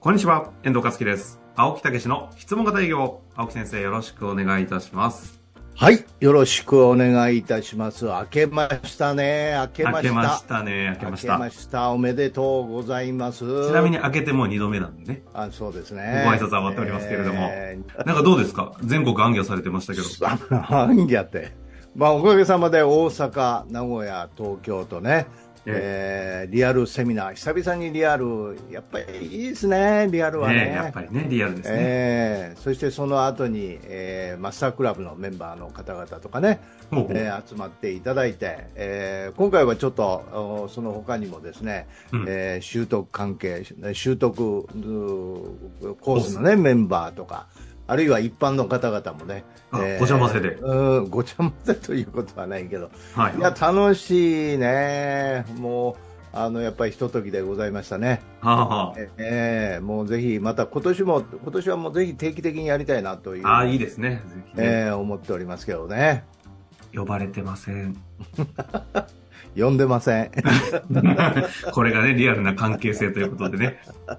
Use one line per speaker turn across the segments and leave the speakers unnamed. こんにちは、遠藤和樹です。青木武の質問型営業、青木先生よろしくお願いいたします。
はい、よろしくお願いいたします。明けましたね。明け
明
ました。
けましたね、明けました。
明したおめでとうございます。
ちなみに明けてもう2度目なんでね。
あ、そうですね。
ご挨拶は終わっておりますけれども
え
なんかどうですか全国暗記されてましたけど。
ー、ハンギャって。まあ、おかげさまで大阪、名古屋、東京とね、えーリアルセミナー、久々にリアル、やっぱりいいですね、リアルはね。
ねやっぱりね、リアルですね。
えーそしてその後に、えーマスタークラブのメンバーの方々とかね、
ほうほう
えー集まっていただいて、えー今回はちょっとおその他にもですね、
うん
えー習得関係習得うーコースのねメンバーとかあるいは一般の方々もね、
あごちゃ混ぜで
うんごちゃ混ぜということはないけど
はいい。
や楽しいねもうあのやっぱりひとときでございましたね。
はあはあ
えーもうぜひまた今年も今年はもうぜひ定期的にやりたいなという
ああ、いいですね。ぜひね
えー思っておりますけどね
呼ばれてません。
呼んでません
これがね、リアルな関係性ということでね、
は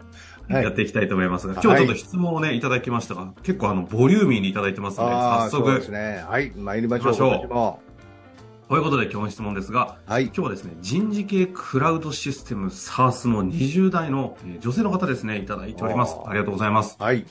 い
やっていきたいと思いますが、今日ちょっと質問をね、いただきましたが、結構あの、ボリューミーにいただいてますので、早
あーそう
速
です。ねはい参りましょ
行
う
きましょう
今年も
ということで今日の質問ですが、
はい
今日はですね、人事系クラウドシステム SaaS の20代のえー女性の方ですね、いただいております。
あー
ありがとうございます。
はい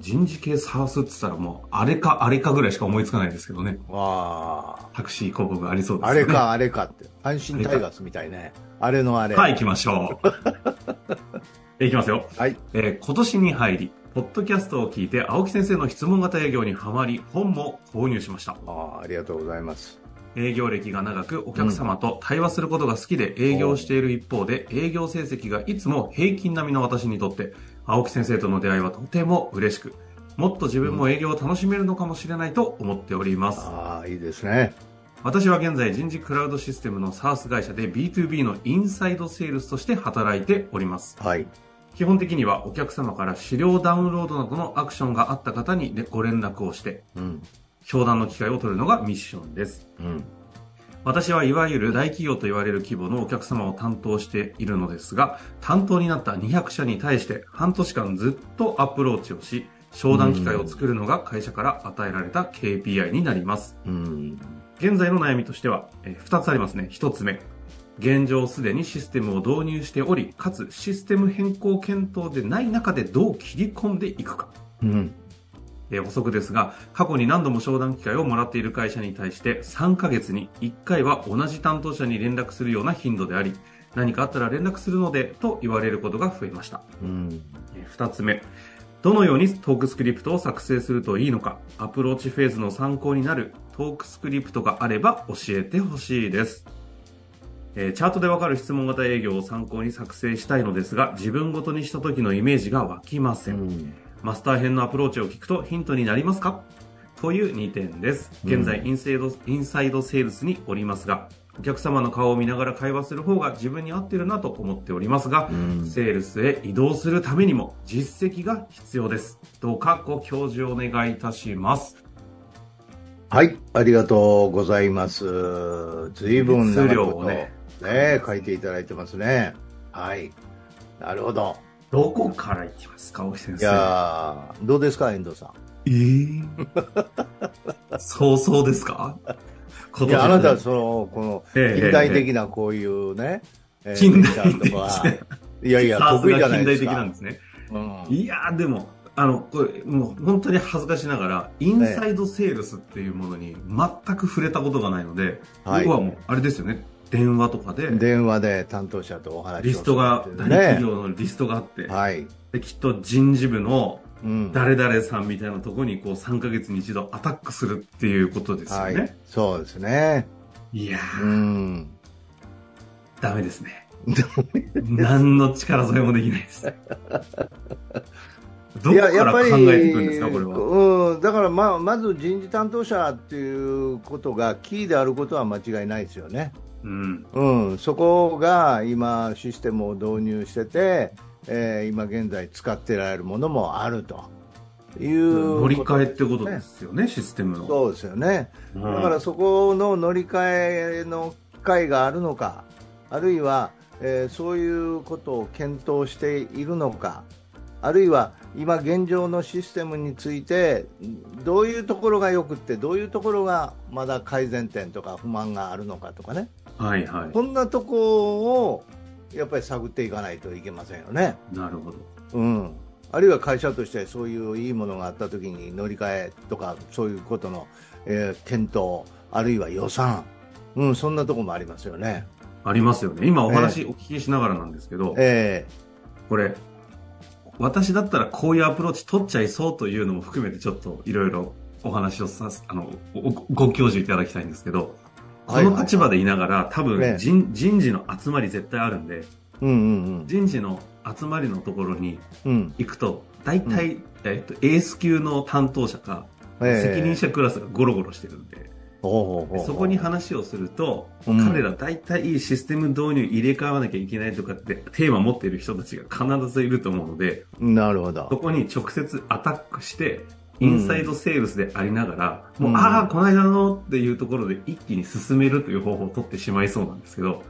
人事系 SaaS って言ったらもう、あれかあれかぐらいしか思いつかないですけどね。
わあ
タクシー広告ありそうです
あ
よね。
れ。 かあれかって阪神タイガースみたいねあれのあれ
はい、行きましょ う。いきますよ。
はい
えー今年に入り、ポッドキャストを聞いて青木先生の質問型営業にハマり、本も購入しました。
あーありがとうございます
営業歴が長くお客様と対話することが好きで営業している一方で、営業成績がいつも平均並みの私にとって青木先生との出会いはとても嬉しくもっと自分も営業を楽しめるのかもしれないと思っております、
ああいいですね
私は現在人事クラウドシステムの SaaS 会社で B2B のインサイドセールスとして働いております
はい
基本的にはお客様から資料ダウンロードなどのアクションがあった方にご連絡をして
うん
商談の機会を取るのがミッションです
うん
私はいわゆる大企業と言われる規模のお客様を担当しているのですが、担当になった200社に対して半年間ずっとアプローチをし、商談機会を作るのが会社から与えられた KPI になります。
うん
現在の悩みとしては、え2つありますね。1つ目。現状すでにシステムを導入しており、かつシステム変更検討でない中でどう切り込んでいくか。
うん
えー補足ですが、過去に何度も商談機会をもらっている会社に対して、3ヶ月に1回は同じ担当者に連絡するような頻度であり、何かあったら連絡するので、と言われることが増えました。
うん
えー二つ目、どのようにトークスクリプトを作成するといいのか、アプローチフェーズの参考になるトークスクリプトがあれば教えてほしいです。えーチャートでわかる質問型営業を参考に作成したいのですが、自分ごとにした時のイメージが湧きません。マスター編のアプローチを聞くとヒントになりますかという2点です。現在インサイド、インサイドセールスにおりますが、お客様の顔を見ながら会話する方が自分に合ってるなと思っておりますが、
うん
セールスへ移動するためにも実績が必要です。どうかご教授お願いいたします。
はい、ありがとうございます。ずいぶん長
熱
いこと
量をね
ね書いていただいてますね。はい、なるほど。
どこからいきますか、青木先
い
生。
やーどうですか、遠藤さ
えー、そうそうですか今
ん。いや、あなたは
年
そのこの
ええ
近代的なこういうね、えー
近代
レクチャーとか
的
いやいや
さす
得意じ
が
ゃない
近
で
代
す
的なん
か
で。すね。
うん
いやー、でも、あの、これ、もう本当に恥ずかしながら、インサイドセールスっていうものに全く触れたことがないので、
はい
僕はもう、あれですよね、電話とかで、
電話で担当者とお話を
リストが、
する
大
っていう
企業のリストがあって、
ね。はい。
できっと人事部の
うん。
誰々さんみたいなところに、こう、3ヶ月に一度アタックするっていうことですよ
は
ね。
い。そうですね。
い、やー、
うん。
ダメですね。何の力添えもできないです。 どこ
い
か
やや
ら
っ
考
ぱり
えていくんですか、これは。
うん、だから、まあ、まず人事担当者っていうことがキーであることは間違いないですよね。
うん。
うん、そこが今、システムを導入してて、えー今現在使ってられるものもあるという
乗り換え
え
ってことですよね、システムの。
そうですよね。
うん
だからそこの乗り換えの機会があるのか、あるいは、えーそういうことを検討しているのか、あるいは今現状のシステムについてどういうところがよくってどういうところがまだ改善点とか不満があるのかとかね
はいは
こんなとこをやっぱり探っていかないといけませんよね。
い。なるほど。
うんあるいは会社としてそういういいものがあった時に乗り換えとかそういうことの、えー検討あるいは予算、うん、そんなとこもありますよね。
ありますよね。今お話お聞きしながらなんですけど、
え
これ、私だったらこういうアプローチ取っちゃいそうというのも含めてちょっといろいろお話をさす、あの、ごご教授いただきたいんですけど、こ
はいはい
の
はい
立場でいながら多
ね
分人人事の集まり絶対あるんで、
ーうんうん
人事の集まりのところに
うんうん
行くと、大体、えっと、エース級の担当者か、
えー
責任者クラスがゴロゴロしてるんで、
ほうほうほうほう
そこに話をすると、
うん
彼ら大体システム導入入れ替わなきゃいけないとかってテーマ持っている人たちが必ずいると思うので、
なるほ
そ
ど。
こに直接アタックして、インサイドセールスでありながら、もう、
うん
ああ、この間のっていうところで一気に進めるという方法を取ってしまいそうなんですけど、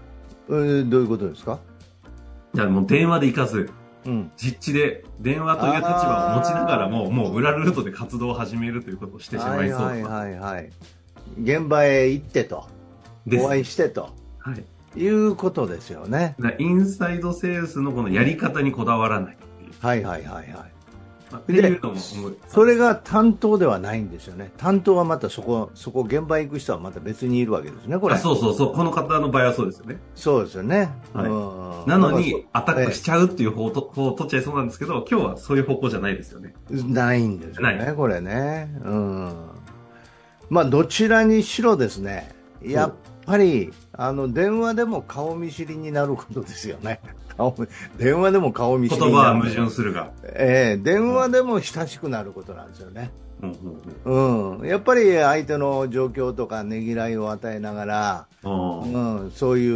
えーどういうことですか
じゃあもう電話で行かず、
うん。
実地で電話という立場を持ちながらも、もう裏ルートで活動を始めるということをしてしま
はい
いそう
はい
な
はいはい。現場へ行ってと、
です。
お会いしてと
はい
いうことですよね。
だからインサイドセールスのこのやり方にこだわらないっていう。
はいはいはいはい。
まあっていうのも思う。
それが担当ではないんですよね。担当はまたそこ、そこ現場へ行く人はまた別にいるわけですね、これ。
あそうそうそう、この方の場合はそうですよね。
そうですよね。
はい
うん
なのに、、アタックしちゃうっていう方と方を取っちゃいそうなんですけど、今日はそういう方向じゃないですよね。
ないんですよ
な
ね、これね。うん。まあ、どちらにしろですね、やっぱり、あの、電話でも顔見知りになることですよね。 顔見電話でも顔見知
言葉
りに
は
なる
矛盾するが。
ええ電話でも親しくなることなんですよね。
うんうん
うん。やっぱり相手の状況とかねぎらいを与えながら、
うんあ
うん、そうい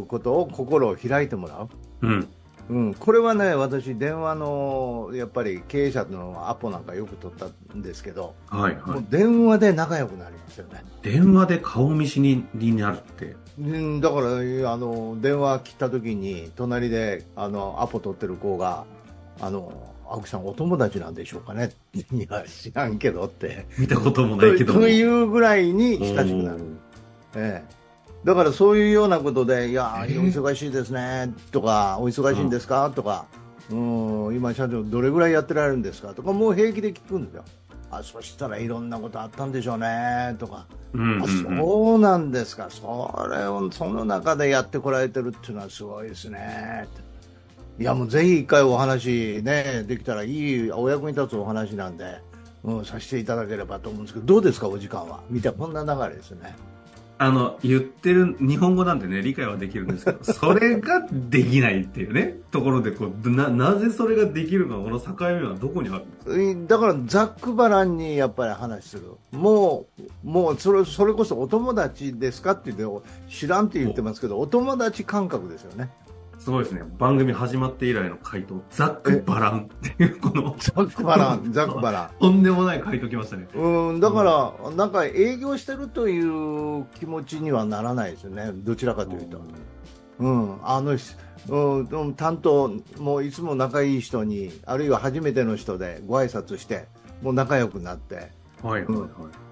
うことを心を開いてもらう。
ーうん。
うん、これはね、私、電話のやっぱり経営者とのアポなんかよく取ったんですけど、
はいは
もう
い。
電話で仲良くなりますよね。
電話で顔見知りになるって。
うん、だからあの電話切った時に隣であのアポ取ってる子があの青木さんお友達なんでしょうかねいや知らんけどって
見たこともないけども。
というぐらいに親しくな
う
る、
ん
ええ、だからそういうようなことでいや
ええ
ーお忙しいですねとかお忙しいんですか、とかうん今社長どれぐらいやってられるんですかとかもう平気で聞くんですよあそしたらいろんなことあったんでしょうねとか
うん
あ
うんうん。
そうなんですか、それをその中でやってこられてるっていうのはすごいですね。いやもうぜひ一回お話、ね、できたらいいお役に立つお話なんで、うん、させていただければと思うんですけどどうですか、お時間はみたいなこんな流れですね。
あの、言ってる日本語なんでね、理解はできるんですけ ど、それができないっていうね、ところで、こう、な、なぜそれができるか、この境目はどこにあるんですか
うんだからざっくばらんにやっぱり話する、もうもうそれそれこそお友達ですかって言って知らんって言ってますけどお友達感覚ですよね。
すごいですね。番組始まって以来の回答、ざっくばらんっていう、この、
ざっくばら ん、ざっくばらん。
とんでもない回答きましたね。
うん、だから、なんか営業してるという気持ちにはならないですよね、どちらかというと、うん、あの、しうんうん、担当、もういつも仲いい人に、あるいは初めての人でご挨拶して、もう仲良くなって、
はいはいはい。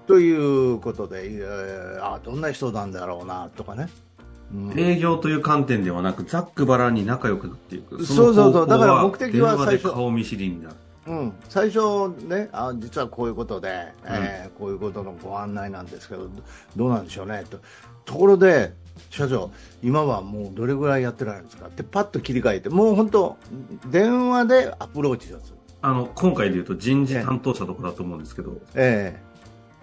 ということで、えーあどんな人なんだろうなとかね、うん
営業という観点ではなく、ざっくばらんに仲良くなっていく。
そうそうそ
の方向
うだから目的は
電話
最
で
初
顔見知りになる。
うん、最初ねあ、実はこういうことで、えーこういうことのご案内なんですけど、どどうなんでしょうねと、ところで、社長、今はもうどれぐらいやってられるんですかって、パッと切り替えて、もう本当、電話でアプローチをする、
あの、今回で言うと人事担当者とかだと思うんですけど、
え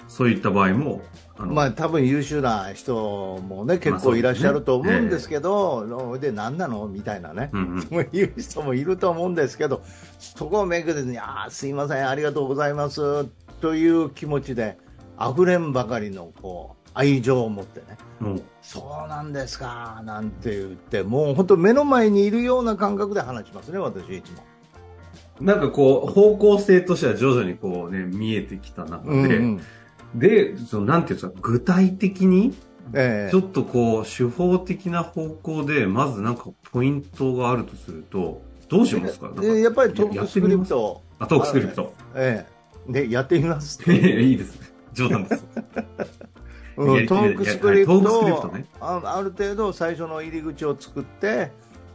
そういった場合も、あ
え
の、
まあ多分優秀な人もね、結
そうです
構
ね
いらっしゃると思うんですけど、で、何なのみたいなね。
うんうん。
もう言う人もいると思うんですけど、そこをめぐってに、あーすいません、ありがとうございますという気持ちで、溢れんばかりのこう愛情を持ってね、
もう
そうなんですかなんて言って、もう本当、目の前にいるような感覚で話しますね、私、いつも。
なんかこう、方向性としては徐々にこうね、見えてきた中
うん
で、
うん
で、その、なんていうんですか、具体的に、
ええ
ちょっとこう、手法的な方向で、まずなんかポイントがあるとすると、どうしますかなんか
でやっぱりトークスク
やってみ
リプ
ます
トを、
あトークスクリプト。。
ええ、でやってみます
いいですね。冗談 です。
う
い
ん、
や
トークスクリプト
いやトークスクリプト
を
ね
あある程度最初の入り口を作って、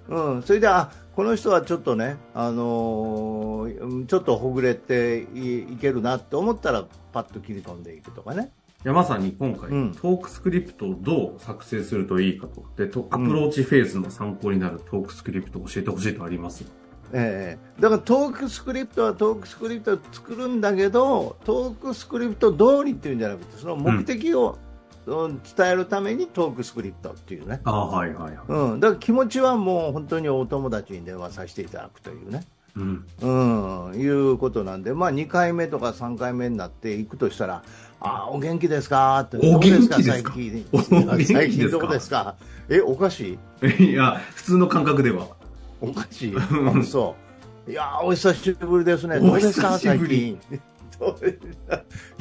うん、それであこの人はちょっとね、あのーうんちょっとほぐれていいけるなって思ったらパッと切り込んでいくとかね、
いやまさに今回、
うん
トークスクリプトをどう作成するといいかと。で、とアプローチフェーズの参考になるトークスクリプトを教えてほしいとあります。
ええだからトークスクリプトはトークスクリプトを作るんだけどトークスクリプト通りっていうんじゃなくてその目的を、うん伝えるためにトークスクリプトっていうね、
ああ、はいはいはい。
うん、だから気持ちはもう本当にお友達に電話させていただくというね。
うん。
うん、いうことなんで、まあ、2回目とか3回目になっていくとしたら、あーお元気ですかって、
お元気ですか
どう最近
お元気ですか
最近どうですかえ、おかしい
いや、普通の感覚では。
おかしい
うん
あそう。いやーお久しぶりですね。ど
お
うで
久
すか
し
最
ぶり
近。どう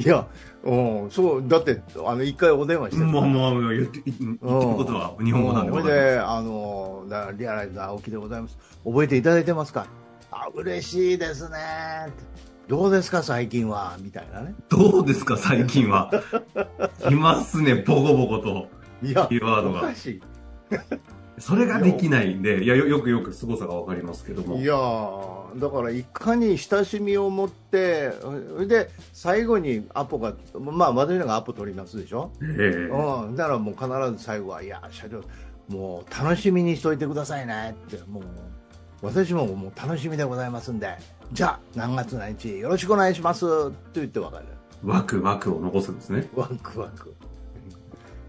いや、うん、そう、だって、あの、一回お電話してるから
まあまあ、言って、言ったことは日本語なんで
うん
わかります
それで、あの、だリアライズの青木でございます。覚えていただいてますかあ、嬉しいですね。どうですか、最近は。みたいなね。
どうですか、最近は。いますね、ボコボコと。
いや
キーワード
お
が
かしい。
それができないんで、いや、よよくよく凄さがわかりますけども。
いやーだから、いかに親しみを持って、それで、最後にアポが、まあ、私なんかアポ取りますでしょ。
ええ
うん。だからもう必ず最後は、いや、社長、もう楽しみにしといてくださいねって、もう、私ももう楽しみでございますんで、じゃあ、何月何日よろしくお願いしますって言って別れる。
ワクワクを残すんですね。
ワクワク。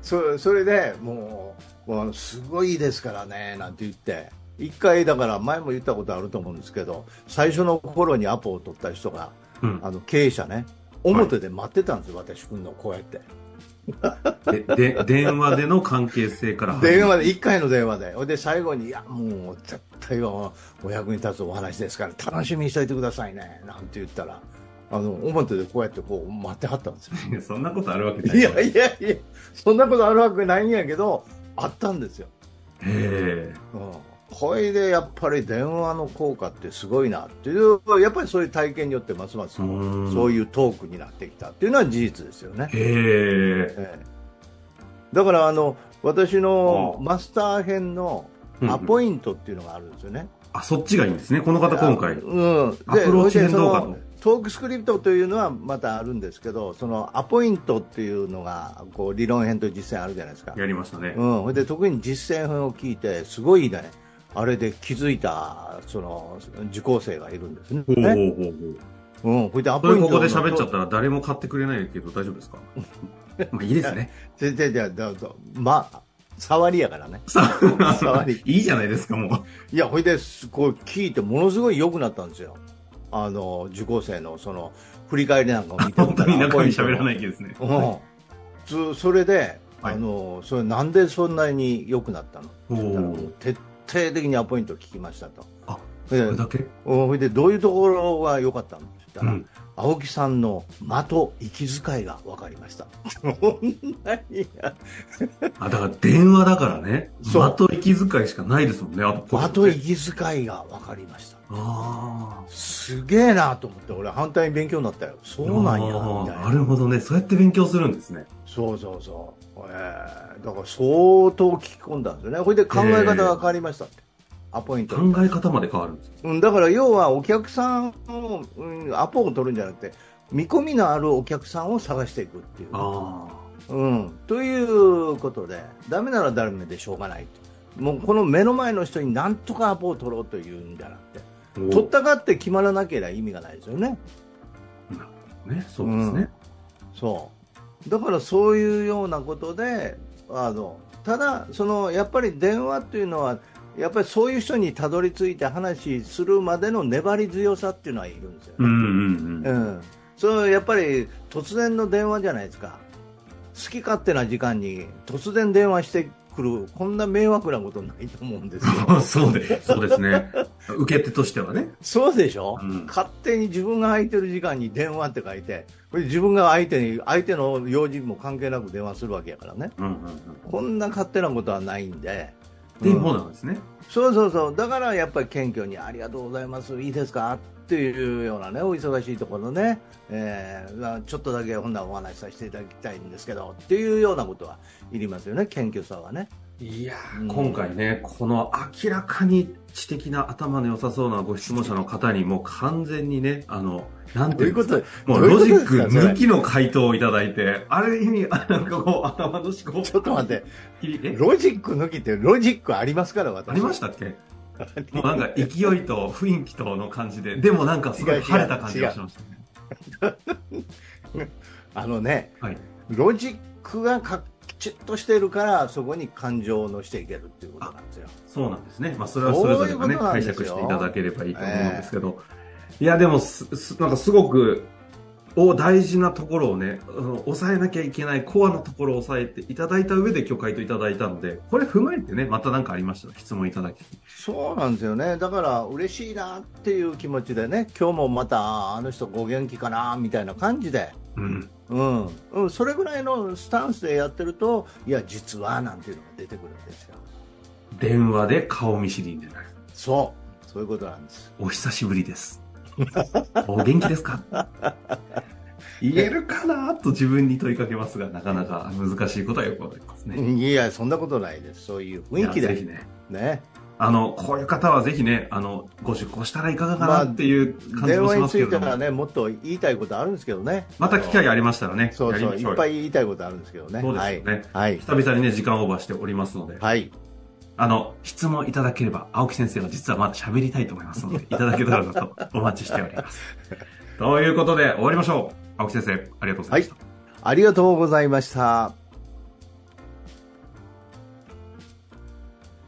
そそれでもう、もうすごいですからね、なんて言って。一回だから前も言ったことあると思うんですけど最初の頃にアポを取った人が
うん。
あの経営者ね表で待ってたんですよ、私くんのこうやって
で、で、 電話での関係性から始まる
電話で1回の電話で、ほいで最後に、いや、もう絶対はお役に立つお話ですから、楽しみにしておいてくださいねなんて言ったら、あの表でこうやってこう待ってはったんですよ。
いやそんなことあるわけない。
いやいやいや、そんなことあるわけないんやけど、あったんですよ。
え
うんこれでやっぱり電話の効果ってすごいなっていう、やっぱりそういう体験によってますます
うーん
そういうトークになってきたっていうのは事実ですよね。
ええ
ええだからあの私の
ああ
マスター編の
うんうん
アポイントっていうのがあるんですよね。
あ、そっちがいいんですね。この方今回。
うん、で
アプローチ編動画
そ
の
れでそのトークスクリプトというのはまたあるんですけどそのアポイントっていうのがこう理論編と実践あるじゃないですか、
やりましたね。
うん、それで特に実践編を聞いてすごいねあれで気づいたその受講生がいるんですね。
ほうほう
ね
ほうほう。
うん、それでア
こ
ポイ
れ
ント
ここ
の
で喋っちゃったら誰も買ってくれないけど大丈夫で すかまあいいですね。
でででででまあ触りやからね。
さ
触
あ
り、
いいじゃないですか、も
いや、ほいです、こう聞いて、ものすごい良くなったんですよ。あの、受講生の、その、振り返りなんかを見
う。
ても。
本当に中身喋らないいけですね。
うん。つそれで、
はい
あの、それなんでそんなに良くなったの
お
だからも
ー
う徹底的にアポイントを聞きましたと。
あ、
そ
それだけ
ほいで、どういうところが良かったのって言った
う
ら、
ん。
青木さんの間と息遣いが分かりました。そんなに
あ、だから電話だからね。
そう
間と息遣いしかないですもんね。あと、
間と息遣いが分かりました。
ああ。
すげえなと思って、俺反対に勉強になったよ。そうなんや、
あ
みたい
ー
な。
なるほどね。そうやって勉強するんですね。
そうそうそう、えーだから相当聞き込んだんですよね、これで考え方が変わりましたって、アポイント
考
に、
え方まで変わるんですよ。
うん、だから要はお客さんを、うん、アポを取るんじゃなくて、見込みのあるお客さんを探していくっていう、
ああ。
うん、ということで、ダメならダメでしょうがないと、もうこの目の前の人になんとかアポを取ろうというんじゃなくて、取ったかって決まらなければ意味がないですよね。
なるほどね、そうですね。
そうだからそういうようなことであのただそのやっぱり電話っていうのはやっぱりそういう人にたどり着いて話するまでの粘り強さっていうのはいるんですよ、
う
ね
んうんうん。
うんそれはやっぱり突然の電話じゃないですか好き勝手な時間に突然電話してくるこんな迷惑なことないと思うんです よ
そうで、そうですね。受け手としてはね。
そうでしょ、
うん
勝手に自分が空いてる時間に電話って書いてこれ自分が相手に相手の用事も関係なく電話するわけやからね
うんうん
こんな勝手なことはないんで
でもなんですね。
そうそうそう、だからやっぱり謙虚にありがとうございます、いいですかっていうようなね、お忙しいところね、えーまあちょっとだけ本来お話しさせていただきたいんですけどっていうようなことはいりますよね、謙虚さはね。
いやー
うん
今回ね、この明らかに知的な頭の良さそうなご質問者の方にもう完全にね、あの、なんていうんですか、
と
も
ど
う
ういう
ロジ
こと
ッ
です
ク
かそれ
抜きの回答をいただいて、ある意味、 あなんかこう、頭の思考。
ちょっと待って、
切りえ
ロジック抜きってロジックありますから、私。
ありましたっけもうなんか勢いと雰囲気との感じで、でもなんかすごい晴れた感じがしましたね。
あのね、
はい
ロジックがかきちっとしてるから、そこに感情を乗していけるっていうことなんですよ。
そうなんですね。まあ、それはそれぞれがね、
そういうことなん
解
ですよ
釈していただければいいと思うんですけど、いや、でもす、すなんかすごく、お大事なところをね、あの抑えなきゃいけないコアなところを抑えていただいた上で、今日回答いただいたので、これ踏まえてね、また何かありましたら質問いただき。
そうなんですよね。だから嬉しいなっていう気持ちでね、今日もまたあの人ご元気かなみたいな感じで、
うん。
うん、うん、それぐらいのスタンスでやってると、いや実はなんていうのが出てくるんですよ。
電話で顔見知りになる。
そう、そういうことなんです。
お久しぶりです。お元気ですか言えるかなと自分に問いかけますが、なかなか難しいことはよくわかりますね。
いやそんなことないです。そういう雰囲気
いやぜ
で
ひね。
ね。
あの、こういう方はぜひね、あの、ご出向したらいかがかなっていう感じ
電
も
話
し
に
ます
つ
け
い
れど
て
も、
はね、もっと言いたいことあるんですけどね。
また機会
あ
がありましたらね、
のそう
や
そう、
りましょ
いっぱい言いたいことあるんですけどね。
そうです
は
よ
い
ね、
はい、
久々にね、時間オーバーしておりますので、
はい、
あの、質問いただければ、青木先生は実はまだ喋りたいと思いますので、いただけたらなとお待ちしております。ということで、終わりましょう。青木先生、ありがとうございました。
ありがとうございました。